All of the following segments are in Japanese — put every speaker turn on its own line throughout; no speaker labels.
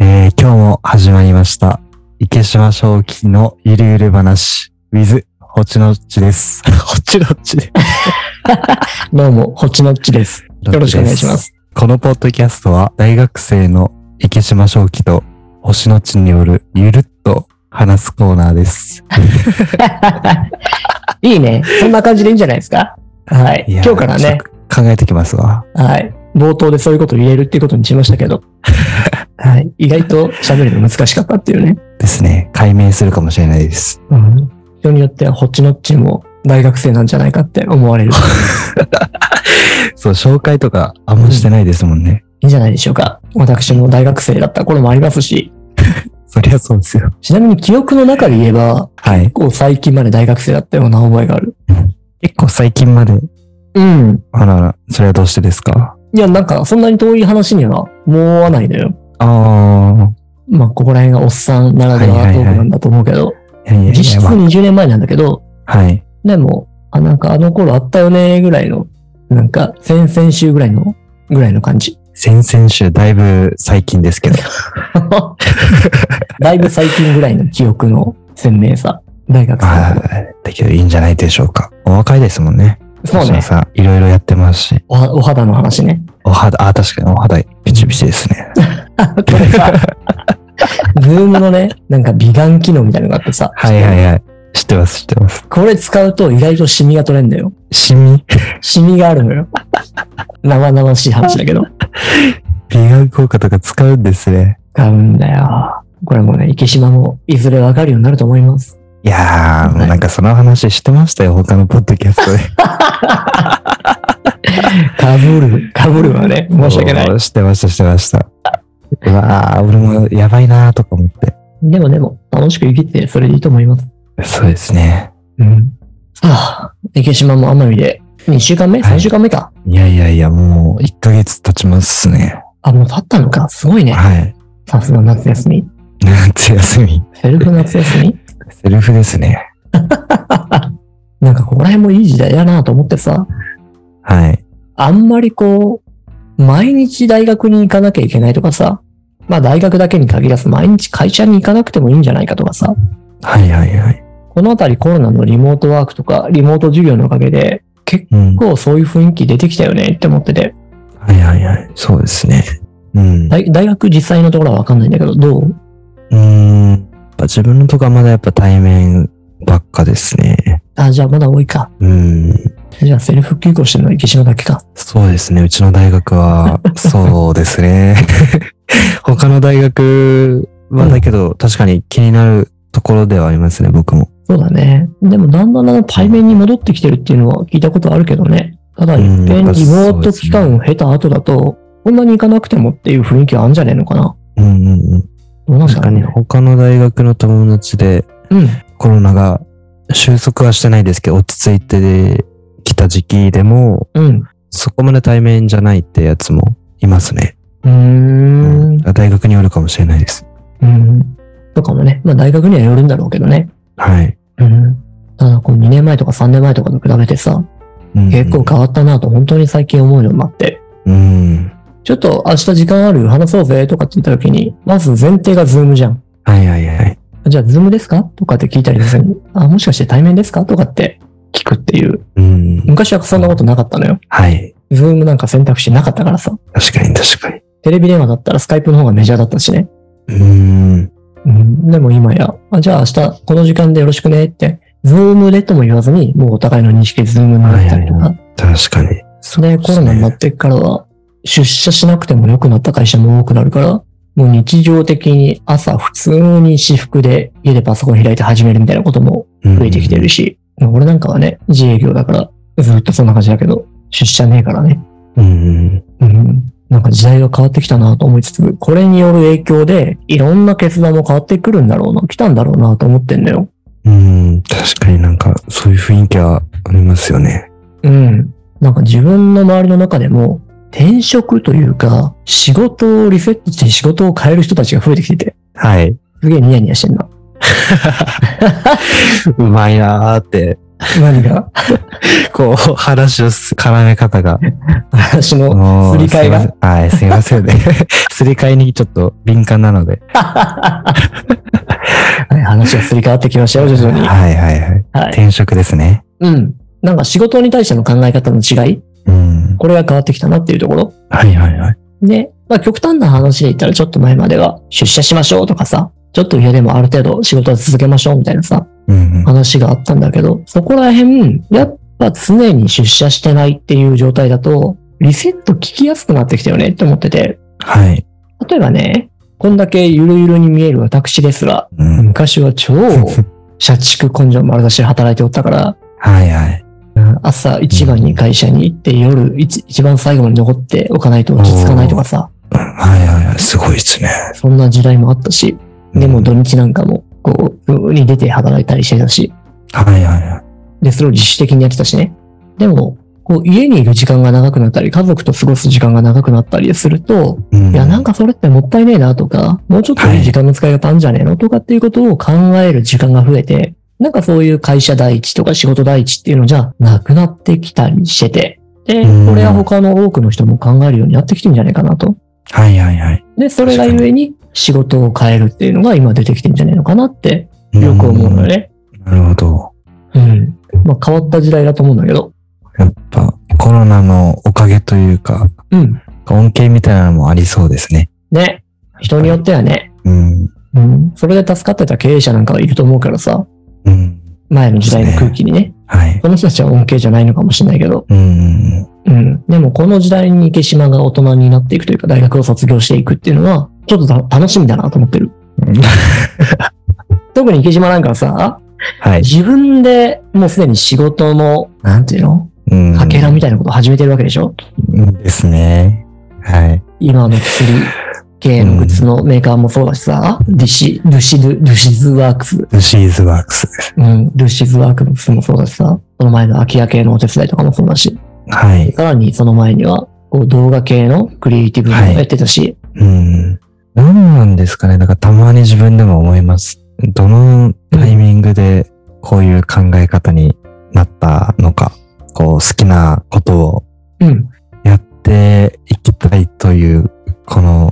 今日も始まりました。池島正輝のゆるゆる話、with ホチノッチ です。ホチノッチで
どうも、ホッチノッチです。よろしくお願いしま。す。
このポッドキャストは大学生の池島正輝と星野地によるゆるっと話すコーナーです。
いいね。そんな感じでいいんじゃないですかはい。
いや
今日からね、。
考えてきますわ。
はい。冒頭でそういうことを入れるっていうことにしましたけ ど、はい。意外と喋るの難しかったっていうね。
ですね。解明するかもしれないです。
うん。人によってはホッチノッチも大学生なんじゃ ないかって思われる。
そう、紹介とかあんましてないですもんね。
いいんじゃないでしょうか。私も大学生だった頃もありますし、
そりゃそうですよ。
ちなみに記憶の中で言えば、
はい。
こう最近まで大学生だったような覚えがある。
結構最近まで。
うん。
あらあら、それはどうしてですか
いや、なんかそんなに遠い話には思わないのよ。
あ
まあ、ここら辺がおっさんならでは
はいはいはい
トークなんだと思うけど、
あ、いやいやいや
実質
ま
20年前なんだけど、
あはい。
でも、あ、なんかあの頃あったよね、ぐらいの、なんか、先々週ぐらいの、ぐらいの 感じ。
先々週、だいぶ最近です けど。
だいぶ最近ぐらいの記憶の鮮明さ。大学
あ
生。
あ、だけどいいんじゃないでしょうか。お若いですもんね。
そうね。
さん、いろいろやってますし。
おはお肌の話ね。
お肌、ああ、確かにお肌、ピチピチですね。
あ これさ、ズームのね、 なんか美顔機能みたいなのがあってさ、
はいはいはい。知ってます、知ってます。
これ使うと意外とシミが取れんだよ。
シミ
シミがあるのよ。生々しい話だけど。
美顔効果とか使うんですね。
買うんだよ。これもね、池島もいずれわかるようになると思います。
いやー、もうなんかその話してましたよ、他のポッドキャストで。
かぶる、かぶるわね。 申し訳ない。
い。してました、してました。うわー、俺もやばいなーとか思って。
でもでも、楽しく生きて、それでいいと思います。
そうですね。
うん。さあ、池島も奄美で、2週間目
はい
?3 週間目か。
いやいやいや、もう1ヶ月経ちますね。
あ、もう経ったのか。すごいね。
はい。
さすが夏休み。
夏休み。
セルフ夏休 み
セルフですね。
なんかここら辺もいい時代だなと思ってさ、
はい。
あんまりこう、毎日大学に行かなきゃいけないとかさ、まあ大学だけに限らず毎日会社に行かなくてもいいんじゃないかとかさ、
はいはいはい。
このあたりコロナのリモートワークとか、リモート授業のおかげで、結
うん。は
構そういう雰囲気出てきたよねって思ってて、
いはいはい。そうですね。うん。
大大学実際のところはわかんないんだけど、どう
うーん。やっぱ自分のとこはまだやっぱ対面ばっかですね。
あ、じゃあまだ多いか。
うん。
じゃあセルフ休校してるのは池島だけか。
そうですね。うちの大学 は、そうですね。 他の大学はだけど、確かに気になるところではありますね、僕も。
そうだね。でもだんだんだんだん対面に戻ってきてるっていうのは聞いたことあるけどね。ただ、
う
一
ん
遍リモ
そう
ー
で
ト
すね
期間を経た後だと、こんなに行かなくてもっていう雰囲気はあるんじゃねえのかな。
うんうんうん。
どうなん
確
だ
か
ろう、
に
ね。
他の大学の友達で、
うん。
コロナが収束はしてないですけど、落ち着いてきた時期でも、
うん。
そこまで対面じゃないってやつもいますね。
うーん。
うん大学によるかもしれないです。
うん。とかもね。まあ大学にはよるんだろうけどね。
はい。
うん。ただこう2年前とか3年前とかと比べてさ、
うん
結構変わったなと本当に最近思うようになって。
うん。
ちょっと明日時間ある話そうぜとかって言った時に、まず前提がズームじゃん。
はいはいはい。
じゃあズームですかとかって聞いたりせん。あ、もしかして対面ですかとかって聞くっていう。
うん。
昔はそんなことなかったのよ。
はい。
ズームなんか選択肢なかったからさ。
確かに確かに。
テレビ電話だったらスカイプの方がメジャーだったしね。
うん。
うん、でも今や、あじゃあ明日この時間でよろしくねって、ズームでとも言わずに、もうお互いの認識ズームになったりと
はいはい
か、
確かに。
それコロナになってからは、出社しなくても良くなった会社も多くなるから、もう日常的に朝普通に私服で家でパソコン開いて始めるみたいなことも
増
増えてきてる。し、俺なんかはね、自営業だから、ずっとそんな感じだけど、出社ねえからね。
うん。
うん。なんか時代が変わってきたなと思いつつ、これによる影響で、いろんな決断も変わってくるんだろうな、来たんだろうなと思ってんだよ。
うん。確かになんか、そういう雰囲気はありますよね。
うん。なんか自分の周りの中でも、転職というか、仕事をリセットして仕事を変える人たちが増えてきてて、
はい。
すげえニヤニヤしてんな。
うまいなーって
何が
こう、話をす絡め方が。
話の、
もう
すり替えが
すいませんはい、すいませんね。 すり替えにちょっと敏感なので。
はい話がすり替わってきましたよ、徐々に。
はいはいはい。
はい。
転職ですね。
うん。なんか仕事に対しての考え方の違い
うん。
これが変わってきたなっていうところ。
はいはいはい。
で、まあ極端な話で言ったらちょっと前までは出社しましょうとかさ、ちょっと家でもある程度仕事は続けましょうみたいなさ、
うんうん。
話があったんだけど、そこら辺、やっぱ常に出社してないっていう状態だと、リセット聞きやすくなってきたよねって思ってて、
はい。
例えばね、こんだけゆるゆるに見える私ですら、
うん。
昔は超社畜根性丸出しで働いておったから、
はいはい。
朝一番に会社に行って夜一一番最後まで残っておかないと落ち着かないとかさ、
うんはいはいはい。すごいですね。
そんな時代もあったし、でも土
ん
日なんかも、こう、ふうに出て働いたりしてたし、
はいはいはい。
で、それを自主的にやってたしね。でも、こう、家にいる時間が長くなったり、家族と過ごす時間が長くなったりすると、
うん
いや、なんかそれってもったいねえなとか、もうちょっといい時間の使い方あるんじゃねえのとかっていうことを考える時間が増えて、なんかそういう会社第一とか仕事第一っていうのじゃなくなってきたりしてて、で、
うん
これは他の多くの人も考えるようになってきてんじゃないかなと。
はいはいはい。
で、それがゆえに仕事を変えるっていうのが今出てきてんじゃねえのかなってよく思うのよね。
うん。なるほど。
うん。まあ変わった時代だと思うんだけど。
やっぱコロナのおかげというか、
うん。
恩恵みたいなのもありそうですね。
ね。人によってはね。
うん。
うん。それで助かってた経営者なんかがいると思うからさ。
うん。
前の時代の空気にね。
はい。
この人たちは恩恵じゃないのかもしれないけど。
うん。
うん。でもこの時代に池島が大人になっていくというか、大学を卒業していくっていうのは、ちょっとだ楽しみだなと思ってる。 特に池島なんかはさ、
はい。
自分でもうすでに仕事の、なんていうの
うん。
かけらみたいなことを始めてるわけでしょ、
ですね。はい。
今の釣り系のグッズのメーカーもそうだしさ、ルシ、ルシル、ルシズワークス、
The She's Works です。
うん、ルシズワークスもそうだしさ、その前の空き家系のお手伝いとかもそうだし、
はい。
さらにその前には、こう動画系のクリエイティブもやってたし、
うん。何なんですかね。だからたまに自分でも思います。どのタイミングでこういう考え方になったのか、こう好きなことを
うん。
やっていきたいという、この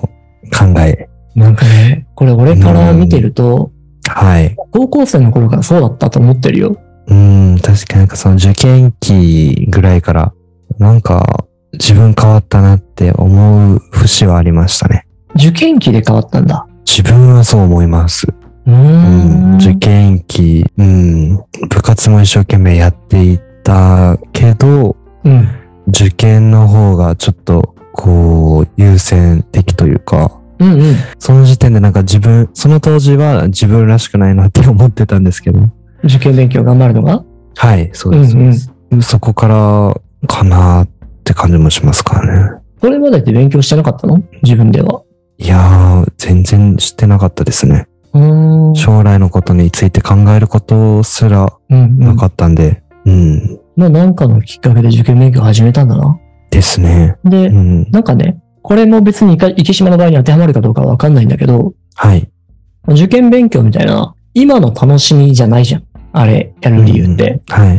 考え。
なんかね、これ俺から見てると、
はい。
高校生の頃からそうだったと思ってるよ。
うん、確かになんかその受験期ぐらいから、なんか自分変わったなって思う節はありましたね。
受験期で変わったんだ。
自分はそう思います。
うー
うん
ん。
受験期、うん、部活も一生懸命やっていたけど、
うん。
受験の方がちょっと、こう、優先的というか、
うんうん。
その時点でなんか自分、その当時は自分らしくないなって思ってたんですけど。
受験勉強頑張るのが
はい、そうです。
うんうん
そうですそこからかなって感じもしますからね。
これまでって勉強してなかったの自分では。
いやー、全然してなかったですね。
うーん。
将来のことについて考えることすら
うんうん
なかったんで、うん、
まあなんかのきっかけで受験勉強始めたんだな。
ですね。
で、
うん、
なんかね、これも別にいか池島の場合に当てはまるかどうかはわかんないんだけど、
はい。
受験勉強みたいな、今の楽しみじゃないじゃん。あれ、やる理由って。
うん。はい。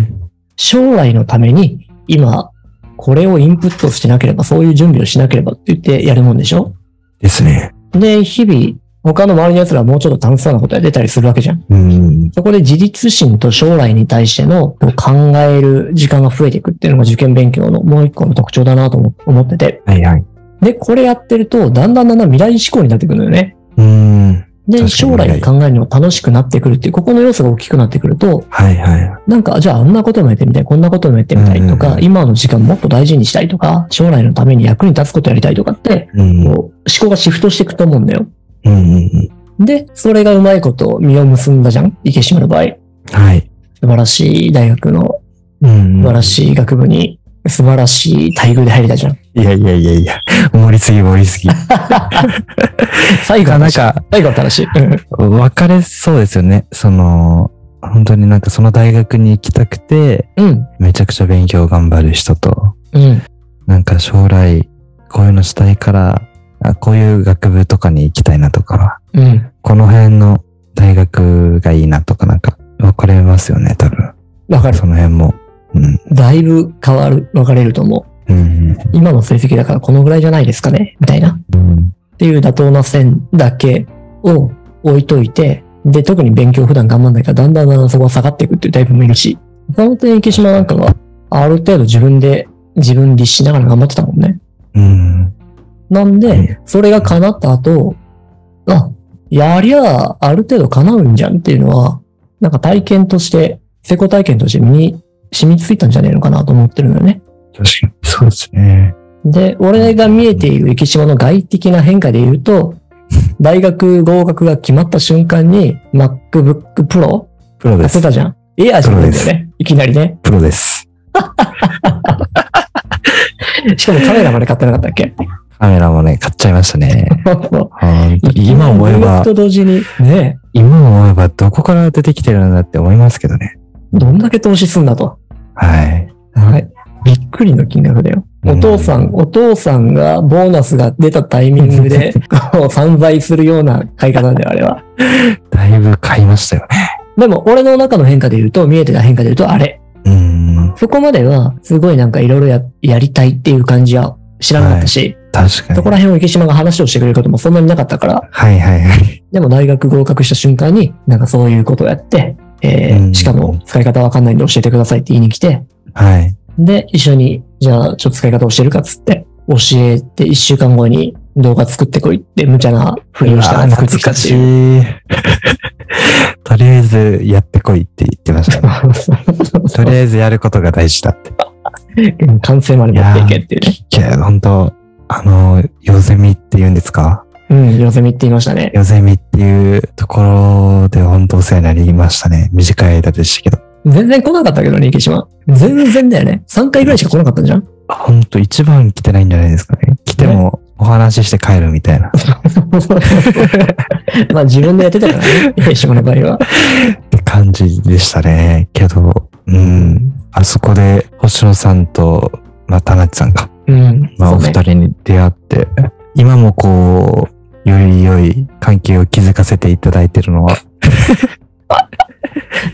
将来のために、今、これをインプットしてなければ、そういう準備をしなければって言ってやるもんでしょ
ですね。
で、日々、他の周りの奴らはもうちょっと楽しそうなことやってたりするわけじゃん。
うん。
そこで自立心と将来に対してのこう考える時間が増えていくっていうのが受験勉強のもう一個の特徴だなと思思ってて。
はいはい。
で、これやってると、だんだんだんだん未来志向になってくるのよね。
うん。確か
で、
に
将来考えるのが楽しくなってくるっていう、ここの要素が大きくなってくると、
はいはい。
なんか、じゃああんなこともやってみたい、こんなこともやってみたいと
うんうん
か、
う
今の時間もっと大事にしたいとか、将来のために役に立つことやりたいとかって、
うん。
こ
う
うん思考がシフトしていくと思うんだよ。
うんうん。
で、それがうまいこと実を結んだじゃん池島の場合。
はい。
素晴らしい大学の
うん。
素晴らしい学部に、素晴らしい待遇で入れたじゃん。
い。いやいやいやいや。盛りすぎ盛りすぎ。 な
最後
か
の
な
話。
か
最後の話。うん
分かれそうですよね。その、本当になんかその大学に行きたくて、
うん。
めちゃくちゃ勉強頑張る人と、
うん。
なんか将来こういうのしたいから、あこういう学部とかに行きたいなとか、
うん。
この辺の大学がいいなとかなんか分かれますよね、多分。
わかる。
その辺も。うん。
だいぶ変わる、分かれると思う。
うん。
今の成績だからこのぐらいじゃないですかねみたいな。
うん。
っていう妥当な線だけを置いといて、で、特に勉強普段頑張んないから、だんだんだんだんそこが下がっていくっていうタイプもいるし、岡本池島なんかは、ある程度自分で、自分律しながら頑張ってたもんね。
うん。
なん
うん
で、それが叶った後、あ、やりゃあ、ある程度叶うんじゃんっていうのは、なんか体験として、成功体験として身に染みついたんじゃねえのかなと思ってるのよね。
確かに。そうですね。
で、俺が見えている池島の外的な変化で言う と、大学合格が決まった瞬間に MacBook Pro
プロで
出せ
す。
たじゃん。エアーじゃないんだよね。いきなりね。
プロです。
しかもカメラまで買ってなかったっけ
カメラもね、買っちゃいましたね。ほんと 今思え
入学
ば
と、同時に、ね
今思えばどこから出てきてるんだって思いますけどね。
えどんだけ投資すんだと。
はい。
はい。びっくりの金額だよ。お父さん、
う
お父さんがボーナスが出たタイミン グで、こう、散財するような買い方だよ、あれは。
だいぶ買いましたよね。
でも、俺の中の変化で言うと、見えてた変化で言うと、あれ。
うん。
そこまでは、すごいなんかいろいろややりたいっていう感じは知らなかったし、
確かに
そこ。ら辺を池島が話をしてくれることもそんなになかったから、
はいはいはい。
でも大学合格した瞬間に、なんかそういうことをやって、えー
うん
しかも使い方わかんないんで教えてくださいって言いに来て、
はい。
で、一緒に、じゃあちょっと使い方教えるかっつって、教えて一週間後に動画作ってこいって無茶なふりをしたら作ってきたっていう。
い。 とりあえずやってこいって言ってましたね。とりあえずやることが大事だって。
完成まで持っていけっていうね。
いや、本当あの、ヨゼミって言うんですか
うん、ヨゼミって言いましたね。
ヨゼミっていうところで本当お世話になりましたね。短い間でしたけど。
全然来なかったけどね、池島。全然だよね。3回ぐらいしか来なかったん じゃん
本当一番来てないんじゃないですかね。来てもお話しして帰るみたいな。
まあ自分でやってたからね、池島の場合は。
って感じでしたね。けど、うん。あそこで星野さんと、まあ、田中さんか。
うん。
まあ、
そ
お
うね
二人に出会って、今もこう、より良い関係を築かせていただいてるのは、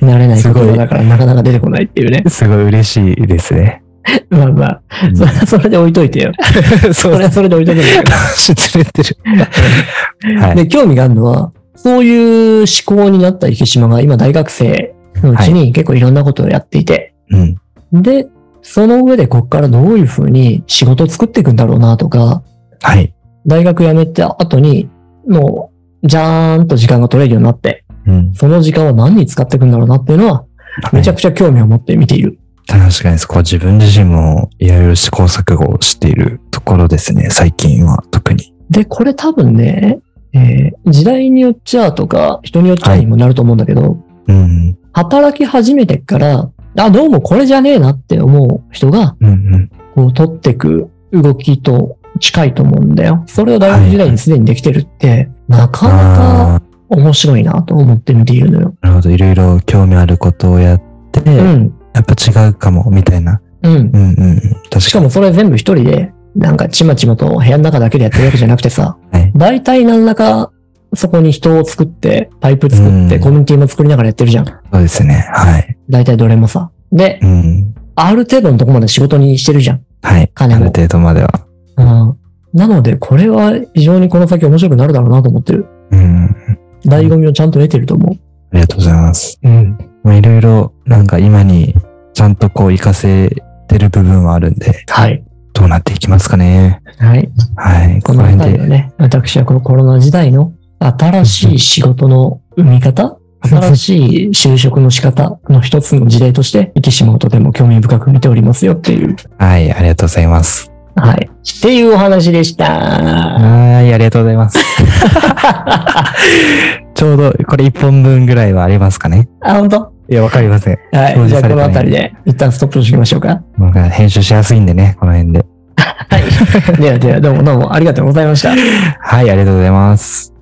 慣れない
す
言
ごい
葉だからなかなか出てこないっていうね。
すごい嬉しいですね。
まあまあ、それはそれで置いといてよ。 それはそれで置いといてよ。
失礼てる。 はい。
で、興味があるのは、そういう思考になった池島が今大学生のうちに結構いろんなことをやっていて、
うん。
で、その上でこっからどういうふうに仕事を作っていくんだろうなとか、
はい。
大学辞めた後に、もう、じゃーんと時間が取れるようになって、
うん。
その時間を何に使っていくんだろうなっていうのは、めちゃ
く
くちゃ興味を持って見ている。
ちゃ。確かに、そこは自分自身もいろいろ試行錯誤をしているところですね。最近は特に。
で、これ多分ね、えー時代によっちゃとか、人によっちゃにもなると思うんだけど、
うん。
働き始めてから、あ、どうもこれじゃねえなって思う人が、
うんうん。
こう取ってく動きと近いと思うんだよ。それを大学時代にすでにできてるって、なかなか
あ
面白いなと思って見ているのよ。
あ、なるほど。いろいろ興味あることをやって、
うん。
やっぱ違うかも、みたいな。
うん
う。んうんうん。確かに。
しかもそれ全部一人で、なんかちまちまと部屋の中だけでやってるわけじゃなくてさ、
はい
大体何らかそこに人を作って、パイプ作っ
う
て、
ん
コミュニティも作りながらやってるじゃん。
そうですね。はい。
大体どれもさ。で、
うん。
ある程度のとこまで仕事にしてるじゃん。
はい。あ
金
る
も。
程度までは。
うん。なので、これは非常にこの先面白くなるだろうなと思ってる。
うん。
醍醐味をちゃんと得てると思
ありがとうございます。
う。うん。
まあ、いろいろ、なんか今に、ちゃんとこう、活かせてる部分はあるんで、
はい。
どうなっていきますかね。
はい。
はい。こ
この
の
辺
辺
りは
で。
ね、私はこのコロナ時代の新しい仕事の生み方、新しい就職の仕方の一つの事例として、生き島をとても興味深く見ておりますよっていう、
はい。ありがとうございます。
はい。っていうお話でした。
はい。ありがとうございます。 ちょうど、これ1本分ぐらいはありますかね。
あ、本当
いや、わかりません。
は
表
い。じ
示
ゃあ
されて
こ
ない
の辺りで、一旦ストップしておきましょうか。
なんか編集しやすいんでね、この辺で。
ではでは、どうもどうもありがとうございました。
はい。ありがとうございます。